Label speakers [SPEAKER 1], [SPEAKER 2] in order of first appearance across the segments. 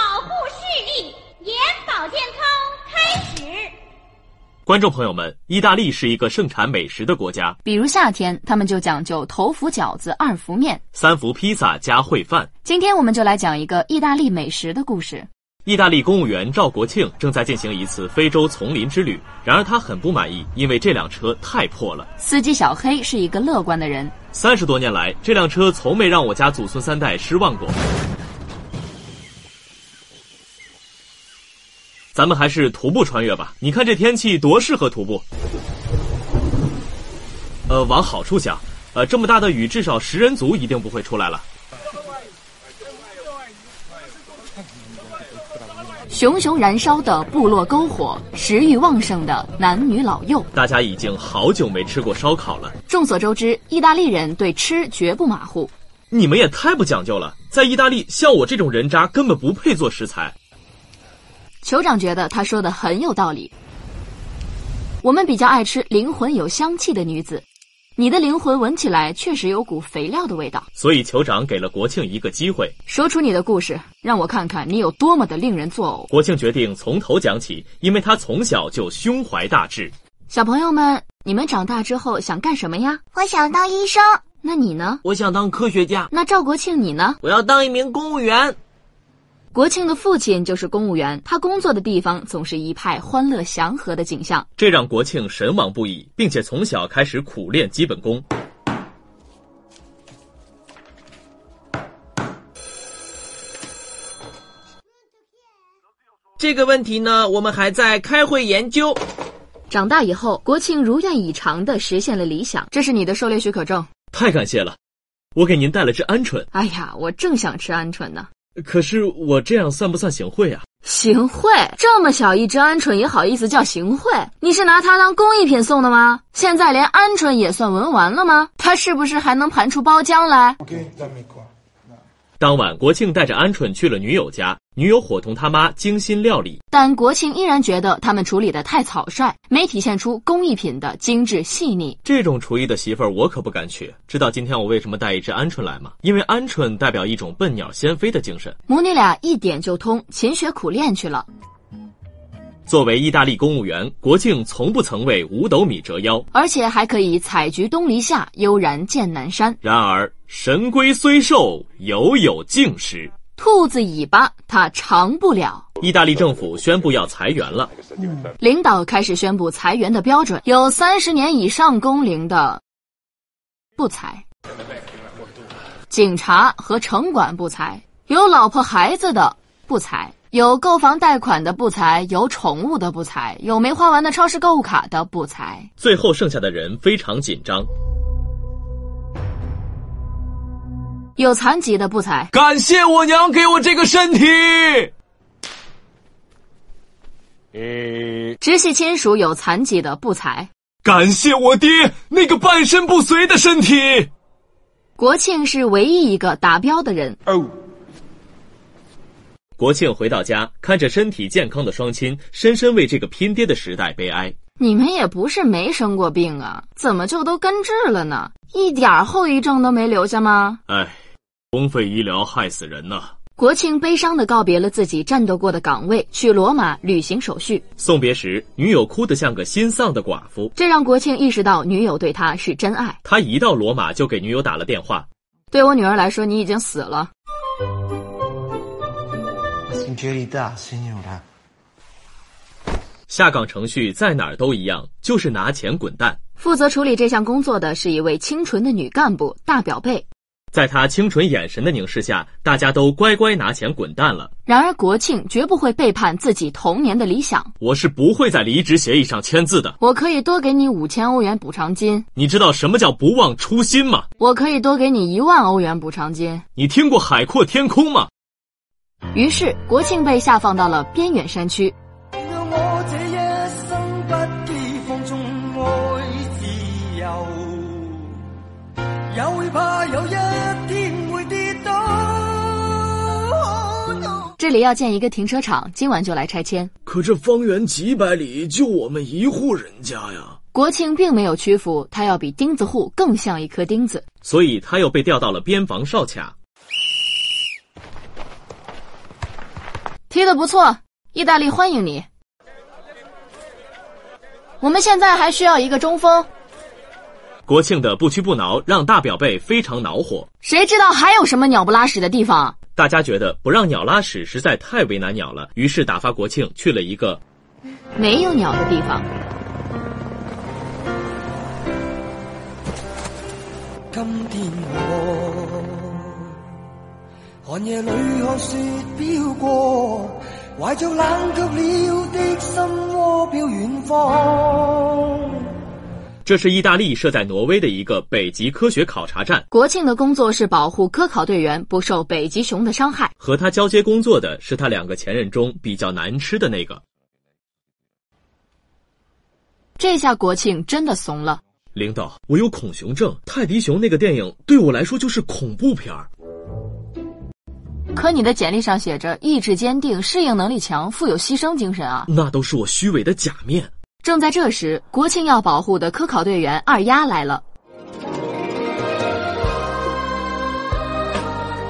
[SPEAKER 1] 蓄力，眼保健操开始。
[SPEAKER 2] 观众朋友们，意大利是一个盛产美食的国家，
[SPEAKER 3] 比如夏天，他们就讲究头伏饺子、二伏面。
[SPEAKER 2] 三伏披萨加烩饭。
[SPEAKER 3] 今天我们就来讲一个意大利美食的故事。
[SPEAKER 2] 意大利公务员赵国庆正在进行一次非洲丛林之旅，然而他很不满意，因为这辆车太破了。
[SPEAKER 3] 司机小黑是一个乐观的人，
[SPEAKER 2] 三十多年来，这辆车从没让我家祖孙三代失望过。咱们还是徒步穿越吧，你看这天气多适合徒步。呃，往好处想，呃，这么大的雨，至少食人族一定不会出来了。
[SPEAKER 3] 熊熊燃烧的部落篝火，食欲旺盛的男女老幼。
[SPEAKER 2] 大家已经好久没吃过烧烤了，
[SPEAKER 3] 众所周知，意大利人对吃绝不马虎。
[SPEAKER 2] 你们也太不讲究了。在意大利，像我这种人渣根本不配做食材。
[SPEAKER 3] 酋长觉得他说的很有道理。我们比较爱吃灵魂有香气的女子，你的灵魂闻起来确实有股肥料的味道。
[SPEAKER 2] 所以酋长给了国庆一个机会。
[SPEAKER 3] 说出你的故事，让我看看你有多么的令人作呕。
[SPEAKER 2] 国庆决定从头讲起，因为他从小就胸怀大志。
[SPEAKER 3] 小朋友们，你们长大之后想干什么呀？
[SPEAKER 1] 我想当医生，
[SPEAKER 3] 那你呢？
[SPEAKER 4] 我想当科学家，
[SPEAKER 3] 那赵国庆你呢？
[SPEAKER 4] 我要当一名公务员。
[SPEAKER 3] 国庆的父亲就是公务员，他工作的地方总是一派欢乐祥和的景象。
[SPEAKER 2] 这让国庆神往不已，并且从小开始苦练基本功。
[SPEAKER 4] 这个问题呢，我们还在开会研究。
[SPEAKER 3] 长大以后，国庆如愿以偿地实现了理想。这是你的狩猎许可证。
[SPEAKER 2] 太感谢了，我给您带了只鹌鹑。
[SPEAKER 3] 哎呀，我正想吃鹌鹑呢。
[SPEAKER 2] 可是我这样算不算行贿啊？
[SPEAKER 3] 行贿，这么小一只鹌鹑也好意思叫行贿？你是拿它当工艺品送的吗？现在连鹌鹑也算文玩了吗？它是不是还能盘出包浆来？
[SPEAKER 2] 当晚，国庆带着鹌鹑去了女友家，女友伙同他妈精心料理。
[SPEAKER 3] 但国庆依然觉得他们处理的太草率，没体现出工艺品的精致细腻。
[SPEAKER 2] 这种厨艺的媳妇儿，我可不敢娶。知道今天我为什么带一只鹌鹑来吗？因为鹌鹑代表一种笨鸟先飞的精神。
[SPEAKER 3] 母女俩一点就通，勤学苦练去了。
[SPEAKER 2] 作为意大利公务员，国庆从不曾为五斗米折腰。
[SPEAKER 3] 而且还可以采菊东篱下，悠然见南山。
[SPEAKER 2] 然而，神龟虽寿，犹有竟时。
[SPEAKER 3] 兔子尾巴它长不了。
[SPEAKER 2] 意大利政府宣布要裁员了，
[SPEAKER 3] 领导开始宣布裁员的标准：有三十年以上工龄的不裁，警察和城管不裁，有老婆孩子的不裁，有购房贷款的不裁，有宠物的不裁，有没花完的超市购物卡的不裁。
[SPEAKER 2] 最后剩下的人非常紧张。
[SPEAKER 3] 有残疾的不裁，
[SPEAKER 4] 感谢我娘给我这个身体。
[SPEAKER 3] 直系亲属有残疾的不裁。
[SPEAKER 4] 感谢我爹那个半身不遂的身体。
[SPEAKER 3] 国庆是唯一一个达标的人，
[SPEAKER 2] 国庆回到家，看着身体健康的双亲，深深为这个拼爹的时代悲哀。
[SPEAKER 3] 你们也不是没生过病啊，怎么就都根治了呢？一点儿后遗症都没留下吗？
[SPEAKER 2] 唉，公费医疗害死人呐！
[SPEAKER 3] 国庆悲伤地告别了自己战斗过的岗位，去罗马履行手续。
[SPEAKER 2] 送别时，女友哭得像个心丧的寡妇。
[SPEAKER 3] 这让国庆意识到女友对他是真爱。
[SPEAKER 2] 他一到罗马就给女友打了电话。
[SPEAKER 3] 对我女儿来说，你已经死了。
[SPEAKER 5] Sincerità, signora.
[SPEAKER 2] 下岗程序在哪儿都一样，就是拿钱滚蛋。
[SPEAKER 3] 负责处理这项工作的是一位清纯的女干部大表贝。
[SPEAKER 2] 在他清纯眼神的凝视下，大家都乖乖拿钱滚蛋了。
[SPEAKER 3] 然而，国庆绝不会背叛自己童年的理想。
[SPEAKER 2] 我是不会在离职协议上签字的。
[SPEAKER 3] 我可以多给你五千欧元补偿金，
[SPEAKER 2] 你知道什么叫不忘初心吗？
[SPEAKER 3] 我可以多给你一万欧元补偿金。
[SPEAKER 2] 你听过海阔天空吗？
[SPEAKER 3] 于是，国庆被下放到了边远山区。
[SPEAKER 6] 让我这一生不羁放纵爱自由，也会怕有一天会跌倒。
[SPEAKER 3] 这里要建一个停车场，今晚就来拆迁。
[SPEAKER 4] 可这方圆几百里就我们一户人家呀。
[SPEAKER 3] 国庆并没有屈服，他要比钉子户更像一颗钉子。
[SPEAKER 2] 所以他又被调到了边防哨卡。
[SPEAKER 3] 踢得不错，意大利欢迎你。我们现在还需要一个中锋，
[SPEAKER 2] 国庆的不屈不挠让大表妹非常恼火，
[SPEAKER 3] 谁知道还有什么鸟不拉屎的地方？
[SPEAKER 2] 大家觉得不让鸟拉屎实在太为难鸟了，于是打发国庆去了一个
[SPEAKER 3] 没有鸟的地方。
[SPEAKER 6] 今天我寒夜里看雪飘过，怀着冷却了的心窝飘远方。
[SPEAKER 2] 这是意大利设在挪威的一个北极科学考察站，
[SPEAKER 3] 国庆的工作是保护科考队员不受北极熊的伤害。
[SPEAKER 2] 和他交接工作的是他两个前任中比较难吃的那个
[SPEAKER 3] 这下国庆真的怂了。
[SPEAKER 2] 领导。我有恐熊症，泰迪熊那个电影对我来说就是恐怖片儿。
[SPEAKER 3] 可你的简历上写着意志坚定、适应能力强、富有牺牲精神啊！
[SPEAKER 2] 那都是我虚伪的假面。
[SPEAKER 3] 正在这时，国庆要保护的科考队员二丫来了。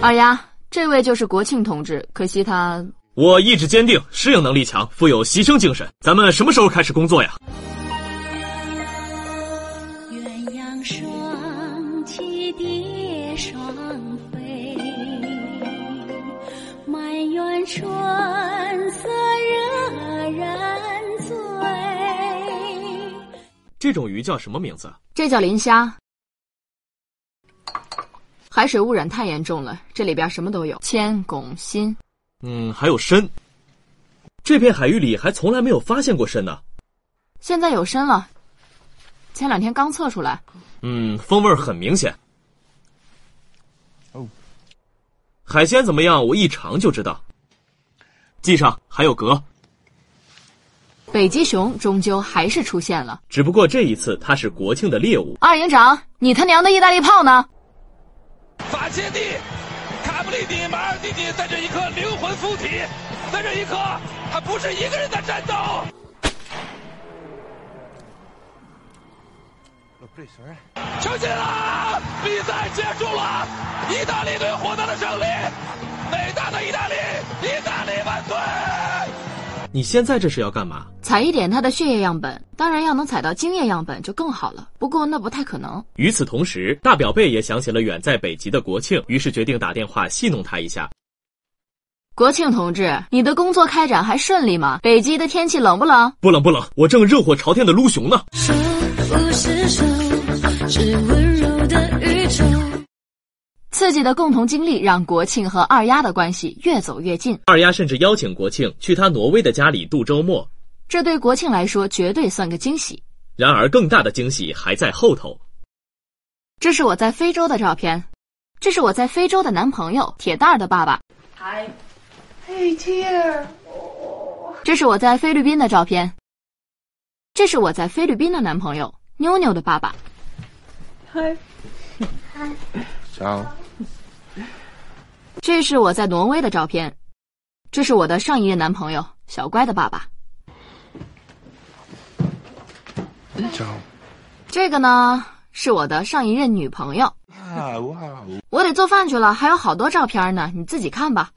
[SPEAKER 3] 二丫，这位就是国庆同志，可惜他
[SPEAKER 2] 我意志坚定，适应能力强，富有牺牲精神。咱们什么时候开始工作呀？
[SPEAKER 1] 鸳鸯双栖蝶双飞，满园春色惹人醉。
[SPEAKER 2] 这种鱼叫什么名字？啊
[SPEAKER 3] 这叫磷虾。海水污染太严重了，这里边什么都有，铅、汞、锌。
[SPEAKER 2] 嗯，还有参。这片海域里还从来没有发现过参呢。
[SPEAKER 3] 现在有砷了，前两天刚测出来。
[SPEAKER 2] 嗯，风味儿很明显。
[SPEAKER 5] 哦，
[SPEAKER 2] 海鲜怎么样？我一尝就知道。记上，还有蛤。
[SPEAKER 3] 北极熊终究还是出现了。
[SPEAKER 2] 只不过这一次它是国庆的猎物。
[SPEAKER 3] 二营长，你他娘的意大利炮呢？
[SPEAKER 7] 法切蒂、卡布利蒂、马尔蒂尼在这一刻灵魂附体，在这一刻他不是一个人在战斗。
[SPEAKER 5] L'ho preso, eh?
[SPEAKER 7] 球进了，比赛结束了，意大利队获得了胜利，伟大的意大利，意大利万岁！
[SPEAKER 2] 你现在这是要干嘛？
[SPEAKER 3] 采一点它的血液样本，当然要能采到精液样本就更好了。不过那不太可能。
[SPEAKER 2] 与此同时，大表贝也想起了远在北极的国庆，于是决定打电话戏弄他一下。
[SPEAKER 3] 国庆同志，你的工作开展还顺利吗？北极的天气冷不冷？
[SPEAKER 2] 不冷不冷，我正热火朝天的撸熊呢。
[SPEAKER 1] 手不是手，是温柔的宇宙。
[SPEAKER 3] 刺激的共同经历让国庆和二丫的关系越走越近，
[SPEAKER 2] 二丫甚至邀请国庆去他挪威的家里度周末。
[SPEAKER 3] 这对国庆来说绝对算个惊喜。
[SPEAKER 2] 然而，更大的惊喜还在后头。
[SPEAKER 3] 这是我在非洲的照片，这是我在非洲的男朋友铁蛋儿的爸爸。Hi，Hey dear。这是我在菲律宾的照片，这是我在菲律宾的男朋友妞妞的爸爸。
[SPEAKER 5] Ciao.
[SPEAKER 3] 这是我在挪威的照片，这是我的上一任男朋友小乖的爸爸。
[SPEAKER 5] Ciao.
[SPEAKER 3] 这个呢是我的上一任女朋友。
[SPEAKER 5] Ah, wow.
[SPEAKER 3] 我得做饭去了，还有好多照片呢，你自己看吧。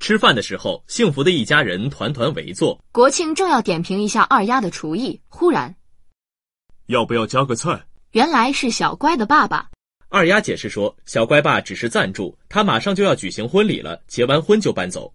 [SPEAKER 2] 吃饭的时候，幸福的一家人团团围坐。
[SPEAKER 3] 国庆正要点评一下二丫的厨艺，忽然，
[SPEAKER 2] 要不要加个菜？
[SPEAKER 3] 原来是小乖的爸爸。
[SPEAKER 2] 二丫解释说，小乖爸只是赞助，他马上就要举行婚礼了，结完婚就搬走。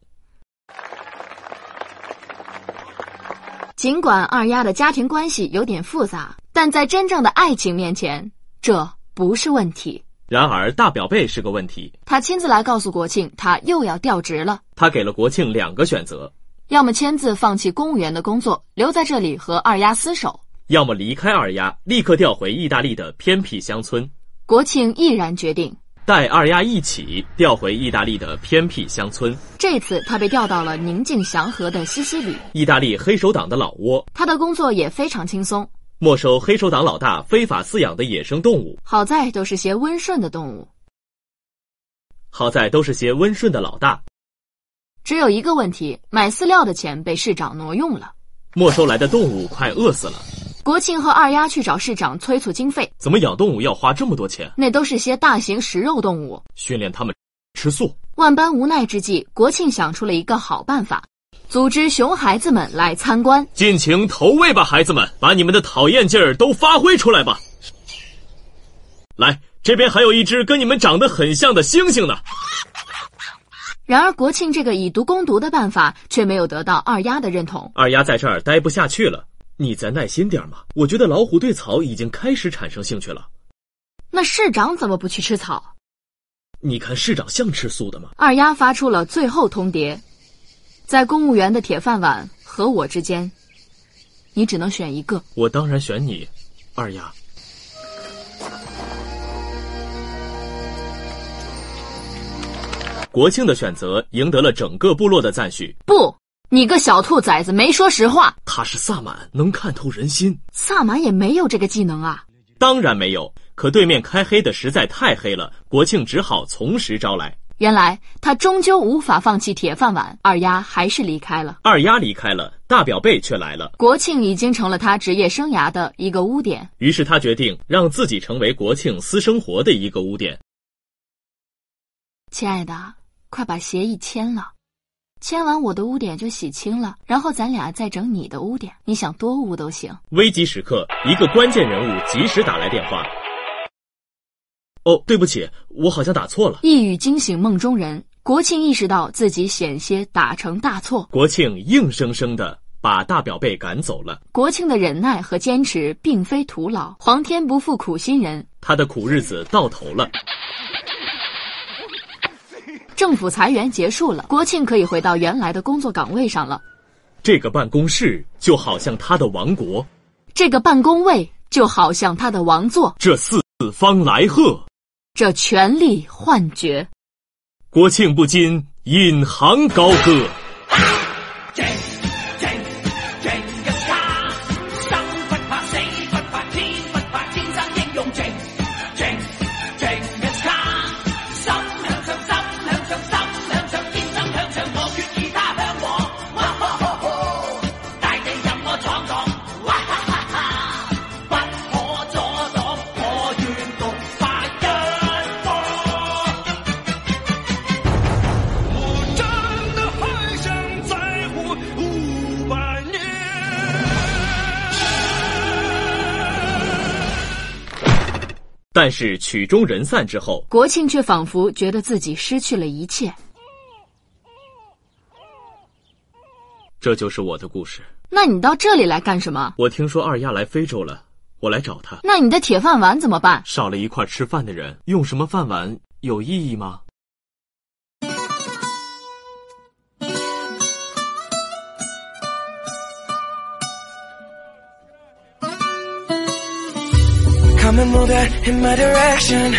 [SPEAKER 3] 尽管二丫的家庭关系有点复杂，但在真正的爱情面前，这不是问题。
[SPEAKER 2] 然而，大表妹是个问题，
[SPEAKER 3] 他亲自来告诉国庆，他又要调职了，
[SPEAKER 2] 他给了国庆两个选择：
[SPEAKER 3] 要么签字放弃公务员的工作，留在这里和二丫厮守。
[SPEAKER 2] 要么离开二丫，立刻调回意大利的偏僻乡村，
[SPEAKER 3] 国庆毅然决定，
[SPEAKER 2] 带二丫一起调回意大利的偏僻乡村，
[SPEAKER 3] 这次他被调到了宁静祥和的西西里，
[SPEAKER 2] 意大利黑手党的老窝，
[SPEAKER 3] 他的工作也非常轻松。
[SPEAKER 2] 没收黑手党老大非法饲养的野生动物。
[SPEAKER 3] 好在都是些温顺的动物，
[SPEAKER 2] 好在都是些温顺的老大，
[SPEAKER 3] 只有一个问题：买饲料的钱被市长挪用了。
[SPEAKER 2] 没收来的动物快饿死了。
[SPEAKER 3] 国庆和二丫去找市长催促经费，
[SPEAKER 2] 怎么养动物要花这么多钱？
[SPEAKER 3] 那都是些大型食肉动物。
[SPEAKER 2] 训练它们吃素。
[SPEAKER 3] 万般无奈之际，国庆想出了一个好办法，组织熊孩子们来参观。
[SPEAKER 2] 尽情投喂吧，孩子们，把你们的讨厌劲儿都发挥出来吧。来，这边还有一只跟你们长得很像的猩猩呢。
[SPEAKER 3] 然而，国庆这个以毒攻毒的办法却没有得到二丫的认同。
[SPEAKER 2] 二丫在这儿待不下去了，你再耐心点儿嘛。我觉得老虎对草已经开始产生兴趣了。
[SPEAKER 3] 那市长怎么不去吃草？
[SPEAKER 2] 你看市长像吃素的吗？
[SPEAKER 3] 二丫发出了最后通牒：在公务员的铁饭碗和我之间，你只能选一个。
[SPEAKER 2] 我当然选你，二丫。国庆的选择赢得了整个部落的赞许。
[SPEAKER 3] 不，你个小兔崽子，没说实话！
[SPEAKER 2] 他是萨满，能看透人心。
[SPEAKER 3] 萨满也没有这个技能啊！
[SPEAKER 2] 当然没有，可对面开黑的实在太黑了，国庆只好从实招来。
[SPEAKER 3] 原来他终究无法放弃铁饭碗，二丫还是离开了。
[SPEAKER 2] 二丫离开了，大表妹却来了，
[SPEAKER 3] 国庆已经成了他职业生涯的一个污点。
[SPEAKER 2] 于是他决定让自己成为国庆私生活的一个污点。
[SPEAKER 3] 亲爱的，快把协议签了，签完我的污点就洗清了，然后咱俩再整你的污点，你想多污都行。
[SPEAKER 2] 危急时刻，一个关键人物及时打来电话。哦，对不起，我好像打错了。
[SPEAKER 3] 一语惊醒梦中人，国庆意识到自己险些打成大错。
[SPEAKER 2] 国庆硬生生的把大表妹赶走了。
[SPEAKER 3] 国庆的忍耐和坚持并非徒劳，皇天不负苦心人，
[SPEAKER 2] 他的苦日子到头了。
[SPEAKER 3] 政府裁员结束了，国庆可以回到原来的工作岗位上了。
[SPEAKER 2] 这个办公室就好像他的王国，
[SPEAKER 3] 这个办公位就好像他的王座，
[SPEAKER 2] 这四方来贺。
[SPEAKER 3] 这权力幻觉。
[SPEAKER 2] 国庆不禁引吭高歌。
[SPEAKER 6] 整整整一家，生不怕死不怕天不怕天生英勇，整整整一家，心向上心向上心向上天生向上，我決意他向我，哇哈哈哈！大地任我闖蕩，哇哈哈哈！不可阻擋，我願共發一方。我站的还想再活五百年。
[SPEAKER 2] 但是曲终人散之后，
[SPEAKER 3] 国庆却仿佛觉得自己失去了一切。
[SPEAKER 2] 这就是我的故事。
[SPEAKER 3] 那你到这里来干什么？
[SPEAKER 2] 我听说二丫来非洲了，我来找她。
[SPEAKER 3] 那你的铁饭碗怎么办？
[SPEAKER 2] 少了一块吃饭的人，用什么饭碗有意义吗？
[SPEAKER 6] Come and move that in my direction.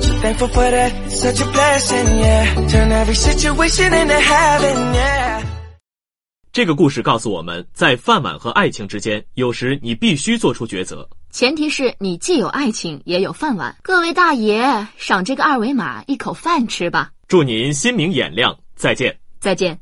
[SPEAKER 6] So thankful for that, it's such a blessing, yeah. Turn every situation into heaven, yeah.
[SPEAKER 2] 这个故事告诉我们，在饭碗和爱情之间，有时你必须做出抉择。
[SPEAKER 3] 前提是你既有爱情，也有饭碗。各位大爷，赏这个二维码一口饭吃吧！
[SPEAKER 2] 祝您心明眼亮，再见。
[SPEAKER 3] 再见。